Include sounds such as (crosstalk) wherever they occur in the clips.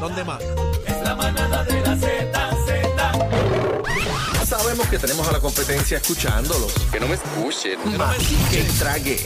¿Dónde más? Es la manada de la Z, Z. Sabemos que tenemos a la competencia escuchándolos. Que no me Oh, escuchen. Que trague.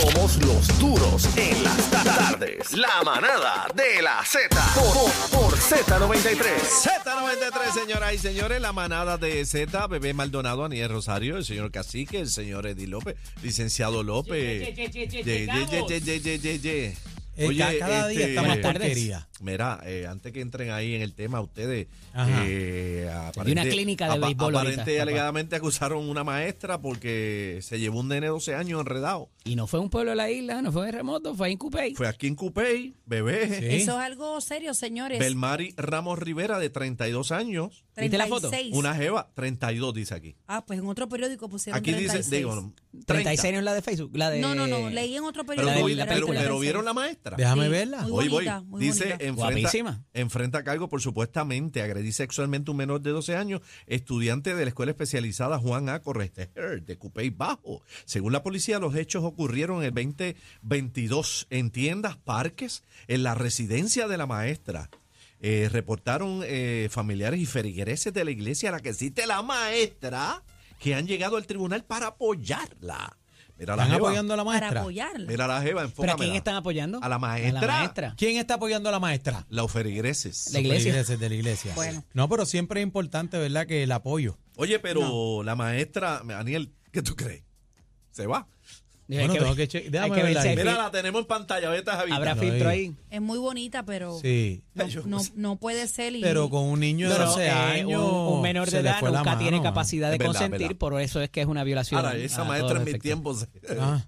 Somos los duros en las ta- tardes. La manada de la Z. Por, por- por Z93. Z93, señoras y señores, la manada de Z, Bebé Maldonado, Aniel Rosario, el señor Cacique, el señor Eddie López, licenciado López. Ye, ye, ye, Ye, ye, ye, ye, llegamos. ye, ye, ye, ye, ye. Eh, ca- cada día está más eh, porquería. Mira, eh, antes que entren ahí en el tema, ustedes. Ajá. eh, Hay una clínica de apa- béisbol ahorita, aparente y papá. alegadamente acusaron una maestra porque se llevó un nene de 12 años enredado. Y no fue un pueblo de la isla, no fue remoto, fue en Cupey. Fue aquí en Cupey, bebé. Sí. Eso es algo serio, señores. Belmari Ramos Rivera, de 32 años. ¿Viste la foto? 36. Una jeva, 32 dice aquí. Ah, pues en otro periódico pusieron Aquí 36. dice, digo, no, Eh, 36 no es la de Facebook, la de... No, no, no, leí en otro Pero, periódico. la tú- de pero, la pero, película. vieron la maestra. Déjame Sí. verla. Muy Hoy bonita, voy. muy Dice, bonita. enfrenta, Guapísima. enfrenta cargo por supuestamente agredir sexualmente a un menor de 12 años, estudiante de la escuela especializada Juan A. Correstejer de Cupey Bajo. Según la policía, los hechos ocurrieron en el 2022 en tiendas, parques, en la residencia de la maestra. Eh, reportaron eh, familiares y feligreses de la iglesia a la que existe la maestra que han llegado al tribunal para apoyarla. Mira la ¿Están jeva. apoyando a la Para maestra? apoyarla. Mira la jeva, ¿Pero a enfócamela. quién están apoyando? A la maestra. A la maestra. ¿Quién está apoyando a la maestra? Los feligreses. La iglesia. Feligreses de la iglesia. Bueno. No, pero siempre es importante, ¿verdad?, que el apoyo. Oye, pero la maestra, Daniel, ¿qué tú crees? Se va. Hay Bueno, que tengo ver- que che- hay déjame que ver verla si ahí. hay Mira, fil- la tenemos en pantalla. Vete a Javi. Habrá No, filtro ahí. ahí. Es muy bonita, pero Sí. Oh. no, no, no puede ser. Y, Pero con un niño de Pero, 12 eh, años. un, un menor se de le edad fue la nunca mano, tiene mano. capacidad de Es verdad, es consentir, verdad. por eso es que es una violación. Ahora, esa a maestra todos en los mis efectos. tiempos. (laughs) Ah,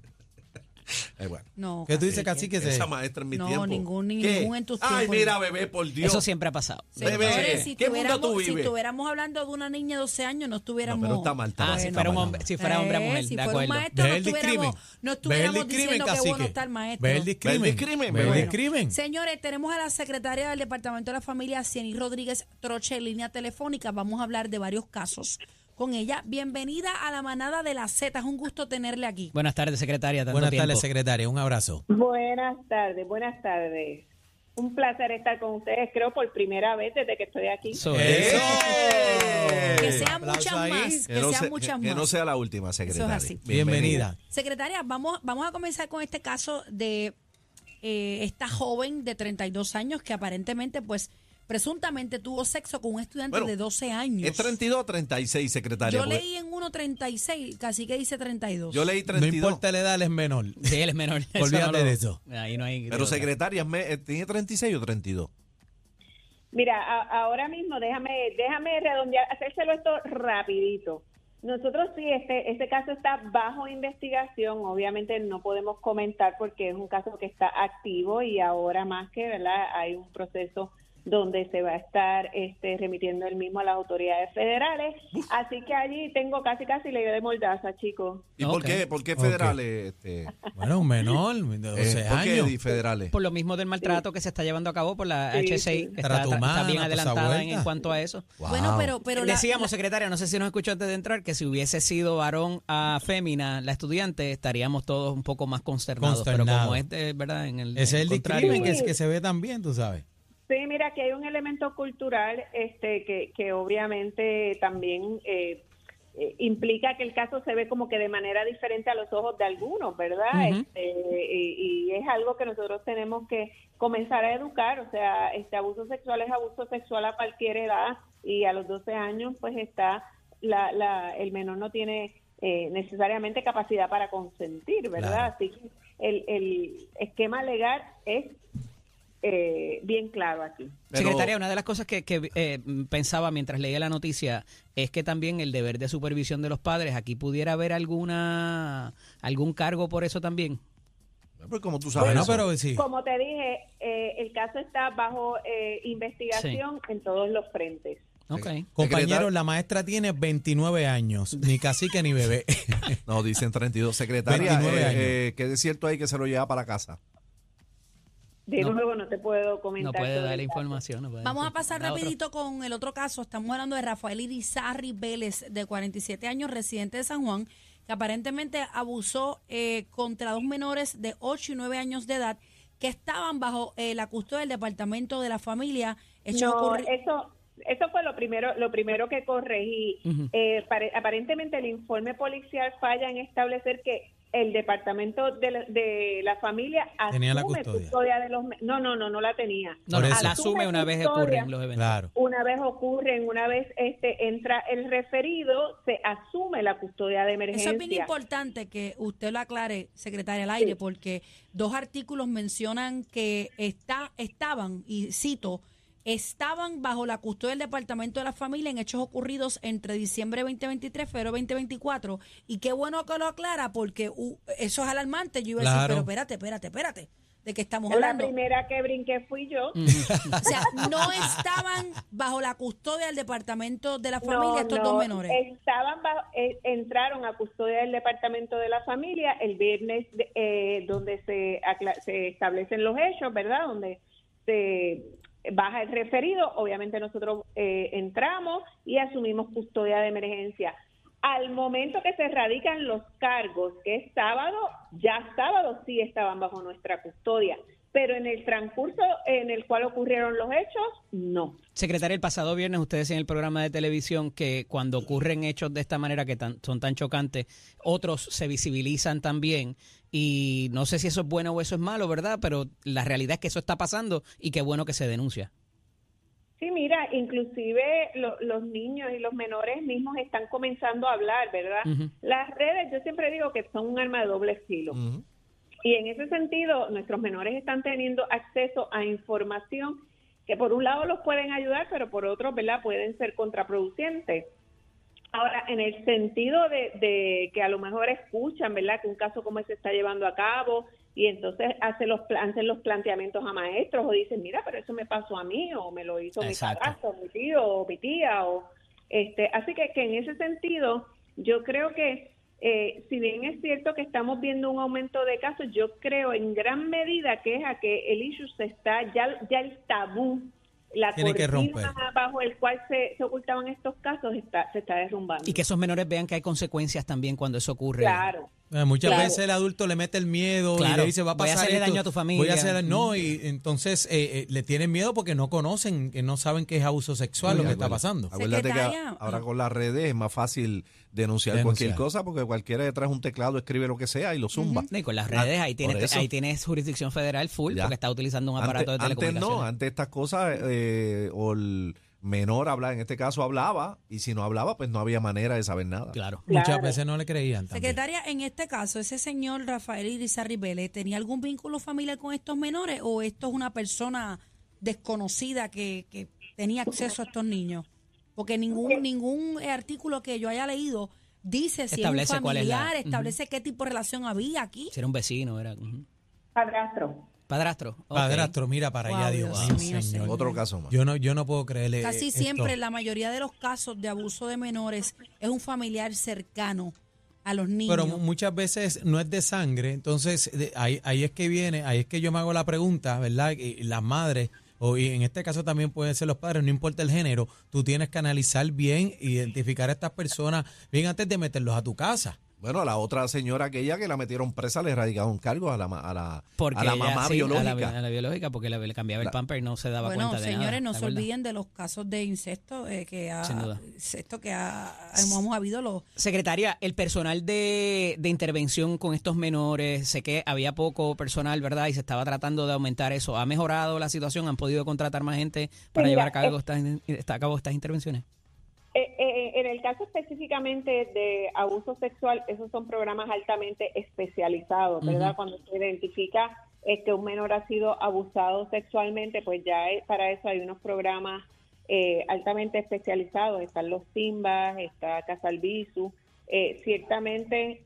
Eh, bueno. No, ¿Qué tú dices, cacique? Se- Esa maestra en mis No, tiempos. ningún- ¿Qué? ningún en tus Ay, tiempos. mira, bebé, por Dios. Eso siempre ha pasado. Bebé, Señores, si, ¿qué mundo tú estuviéramos, si vives? estuviéramos hablando de una niña de 12 años, no No, estuviéramos. pero está mal. está Ah, mal, si está fuera, un mal. hombre, si fuera hombre o Eh, mujer, si de fuera un acuerdo. maestro, Ve no el discrimen. estuviéramos, no Ve el estuviéramos discrimen, diciendo que bueno cacique. está el maestro. Ve el Ve el discrimen. discrimen, Ve el bueno. discrimen. Señores, tenemos a la secretaria del Departamento de la Familia, Cieny Rodríguez Troche, en línea telefónica. Vamos a hablar de varios casos con ella. Bienvenida a la manada de la Z. Es un gusto tenerle aquí. Buenas tardes, secretaria. tanto Buenas tiempo. tardes, secretaria. Un abrazo. Buenas tardes, buenas tardes. Un placer estar con ustedes, creo por primera vez desde que estoy aquí. Eso es. ¡Eso! Que Eh, sean aplauso muchas ahí. más. Que Que no sean se- muchas que no más. sea la última, secretaria. así. Bienvenida. Secretaria, vamos, vamos a comenzar con este caso de eh, esta joven de 32 años que aparentemente, pues, presuntamente tuvo sexo con un estudiante Bueno, de 12 años. Es 32 o 36, secretaria. Yo porque- leí en 1.36, casi que dice pues. 32. yo leí No 32. importa la edad, (laughs) es menor. Sí, él es menor. eso Olvídate lo- de eso. Ahí no hay. pero secretaria. secretaria, ¿me- eh, ¿tiene 36 o 32? Mira, a- ahora mismo déjame, déjame redondear, hacérselo esto rapidito. Nosotros sí, este, este caso está bajo investigación, obviamente no podemos comentar porque es un caso que está activo y ahora más que, ¿verdad? Hay un proceso donde se va a estar este, remitiendo el mismo a las autoridades federales. Así que allí tengo casi casi la idea de moldaza, chicos. ¿Y Ok. por qué? ¿Por qué Ok. federales? Este, eh, Bueno, un menor de Eh, 12 ¿Por qué años. di federales? Por lo mismo del maltrato que se está llevando a cabo por la Sí, HSI, sí. que está, Trato está humano, bien toda esa adelantada en, vuelta. en cuanto a eso. Bueno, pero, pero la- Decíamos, secretaria, no sé si nos escuchó antes de entrar, que si hubiese sido varón a fémina la estudiante, estaríamos todos un poco más consternados. Pero Consternados. como este, ¿verdad? En el, Ese en es el ¿eh? contrario, discrimen que, pues, que se ve también, tú sabes. Sí, mira, que hay un elemento cultural este, que, que obviamente también eh, eh, implica que el caso se ve como que de manera diferente a los ojos de algunos, ¿verdad? Ujú. Este, y, y es algo que nosotros tenemos que comenzar a educar, o sea, este abuso sexual es abuso sexual a cualquier edad y a los 12 años pues está, la, la, el menor no tiene eh, necesariamente capacidad para consentir, ¿verdad? Claro. Así que el, el esquema legal es eh, bien claro aquí. Pero- Secretaria, una de las cosas que, que, eh, pensaba mientras leía la noticia es que también el deber de supervisión de los padres, aquí pudiera haber alguna algún cargo por eso también. Pero Pues como tú sabes Bueno, eso. pero sí. Como te dije, eh, el caso está bajo eh, investigación en todos los frentes. Ok. Compañeros, la maestra tiene 29 años, ni cacique (laughs) ni bebé. (laughs) No, dicen 32. Secretaria, 29 eh, años. eh, ¿qué desierto hay que se lo lleva para casa? De No. nuevo, no te puedo No comentar. puede sobre dar el caso. información. no puede Vamos a decir pasar nada otro. rapidito con el otro caso. Estamos hablando de Rafael Irizarri Vélez, de 47 años, residente de San Juan, que aparentemente abusó eh, contra dos menores de 8 y 9 años de edad que estaban bajo eh, la custodia del Departamento de la Familia. Hechos No, ocurri- eso eso fue lo primero lo primero que corregí Eh, pare- aparentemente el informe policial falla en establecer que el departamento de la, de la familia Tenía la asume custodia. de los me- no no no no la tenía No, no, Por eso. la asume una vez custodia. ocurren los eventos. Claro. una vez ocurren una vez este entra el referido se asume la custodia de emergencia Eso es bien importante que usted lo aclare, secretaria al aire, porque dos artículos mencionan que está, estaban, y cito, estaban bajo la custodia del Departamento de la Familia en hechos ocurridos entre diciembre 2023 y febrero 2024. Y qué bueno que lo aclara, porque uh, eso es alarmante. Yo iba a decir, Claro. pero espérate, espérate, espérate, ¿de qué estamos la hablando? primera que brinqué fui yo O sea, no estaban bajo la custodia del Departamento de la Familia (laughs) No, estos no, dos menores. Estaban bajo- eh, entraron a custodia del Departamento de la Familia el viernes de- eh, donde se, acla- se establecen los hechos, ¿verdad? Donde se baja el referido. Obviamente nosotros eh, entramos y asumimos custodia de emergencia. Al momento que se radican los cargos, que es sábado, ya sábado sí estaban bajo nuestra custodia, pero en el transcurso en el cual ocurrieron los hechos, no. Secretaria, el pasado viernes ustedes en el programa de televisión que cuando ocurren hechos de esta manera que tan- son tan chocantes, otros se visibilizan también y no sé si eso es bueno o eso es malo, ¿verdad? Pero la realidad es que eso está pasando y qué bueno que se denuncia. Sí, mira, inclusive lo- los niños y los menores mismos están comenzando a hablar, ¿verdad? Ujú. Las redes, yo siempre digo que son un arma de doble filo. Ujú. Y en ese sentido, nuestros menores están teniendo acceso a información que por un lado los pueden ayudar, pero por otro, ¿verdad? Pueden ser contraproducentes. Ahora, en el sentido de, de que a lo mejor escuchan, ¿verdad? Que un caso como ese está llevando a cabo y entonces hace los, pla- hacen los planteamientos a maestros o dicen, mira, pero eso me pasó a mí o me lo hizo Exacto. mi padrastro, mi tío o mi tía. O, este, así que, que en ese sentido, yo creo que eh, si bien es cierto que estamos viendo un aumento de casos, yo creo en gran medida que es a que el issue se está, ya, ya el tabú, la Tiene que cortina romper. bajo el cual se, se ocultaban estos casos está, se está derrumbando. Y que esos menores vean que hay consecuencias también cuando eso ocurre. Claro. Eh, Muchas Claro. veces el adulto le mete el miedo y Claro. le dice, va a Voy a pasar hacerle esto, daño a tu familia. Voy a hacer, no, y entonces eh, eh, le tienen miedo porque no conocen, que no saben que es abuso sexual lo Oye, que está acuérdate- pasando. Acuérdate que Secretaria. ahora con las redes es más fácil denunciar, Denunciar. cualquier cosa porque cualquiera detrás de un teclado escribe lo que sea y lo zumba. No, Y con las Ah, redes ahí por tienes, eso. ahí tienes jurisdicción federal full Ya. porque está utilizando un Antes, aparato de antes telecomunicaciones. no, antes estas cosas, eh, o el menor habla, en este caso hablaba, y si no hablaba, pues no había manera de saber nada. Claro. Muchas Claro. veces no le creían. también. Secretaria, en este caso, ese señor Rafael Irizarry Vélez, ¿tenía algún vínculo familiar con estos menores o esto es una persona desconocida que, que tenía acceso a estos niños? Porque ningún ningún eh, artículo que yo haya leído dice si es Establece un cuál es la- familiar, Ujú. establece qué tipo de relación había aquí. Si era un vecino, era. ujú. Padrastro. Padrastro. ok. Padrastro, mira para allá, Wow, Dios, Dios mío, mío, señor. Otro caso más. Yo no, yo no puedo eh, creerle. Casi esto. siempre la mayoría de los casos de abuso de menores es un familiar cercano a los niños. Pero mu- muchas veces no es de sangre, entonces de- ahí, ahí es que viene, ahí es que yo me hago la pregunta, ¿verdad? Y- y las madres, o y en este caso también pueden ser los padres, no importa el género, tú tienes que analizar bien, identificar a estas personas bien antes de meterlos a tu casa. Bueno, la otra señora aquella que la metieron presa le radicaron cargos a la, ma- a la, Porque a la ella- mamá sí, a la bi- biológica. A la, biológica, porque le, le cambiaba el La- pamper y no se daba bueno, cuenta de señores, nada. no ¿te se acuerdas? olviden de los casos de incesto eh, que ha, Sin duda. incesto que ha, hemos habido los Secretaria, el personal de, de intervención con estos menores, sé que había poco personal, ¿verdad? Y se estaba tratando de aumentar eso. ¿Ha mejorado la situación? ¿Han podido contratar más gente para Mira, llevar a cabo, eh, estas, esta- a cabo estas intervenciones? Eh, eh, en el caso específicamente de abuso sexual, esos son programas altamente especializados, ¿verdad? Ujú. Cuando se identifica eh, que un menor ha sido abusado sexualmente, pues ya eh, para eso hay unos programas eh, altamente especializados. Están los Simbas, está Casalbisu. Eh, ciertamente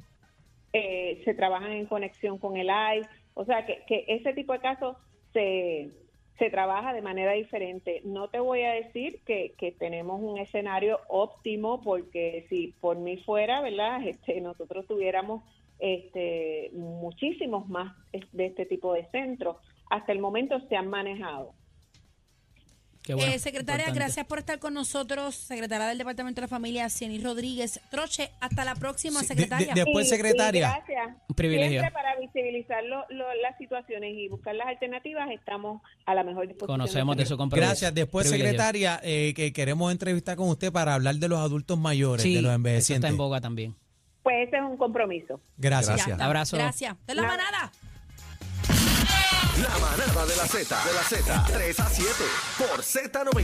eh, se trabajan en conexión con el AI. O sea, que, que ese tipo de casos se, se trabaja de manera diferente. No te voy a decir que, que tenemos un escenario óptimo, porque si por mí fuera, ¿verdad? (laughs) Este, nosotros tuviéramos este, muchísimos más es- de este tipo de centros. Hasta el momento se han manejado. Qué bueno, Eh, secretaria, importante. gracias por estar con nosotros. Secretaria del Departamento de la Familia, Cieny Rodríguez. Troche, hasta la próxima, Sí, de- secretaria. de- de- Después, secretaria. gracias. Un privilegio. Siempre para visibilizar lo- lo- las situaciones y buscar las alternativas estamos a la mejor disposición. Conocemos de su compromiso. Gracias. Después, Privilegio. secretaria, eh, que queremos entrevistar con usted para hablar de los adultos mayores, Sí, de los eso envejecientes. está en boga también. Pues ese es un compromiso. Gracias. Gracias. está. Abrazo. Gracias. De la manada. La manada de la Z, de la Z, 3 a 7 por Z93.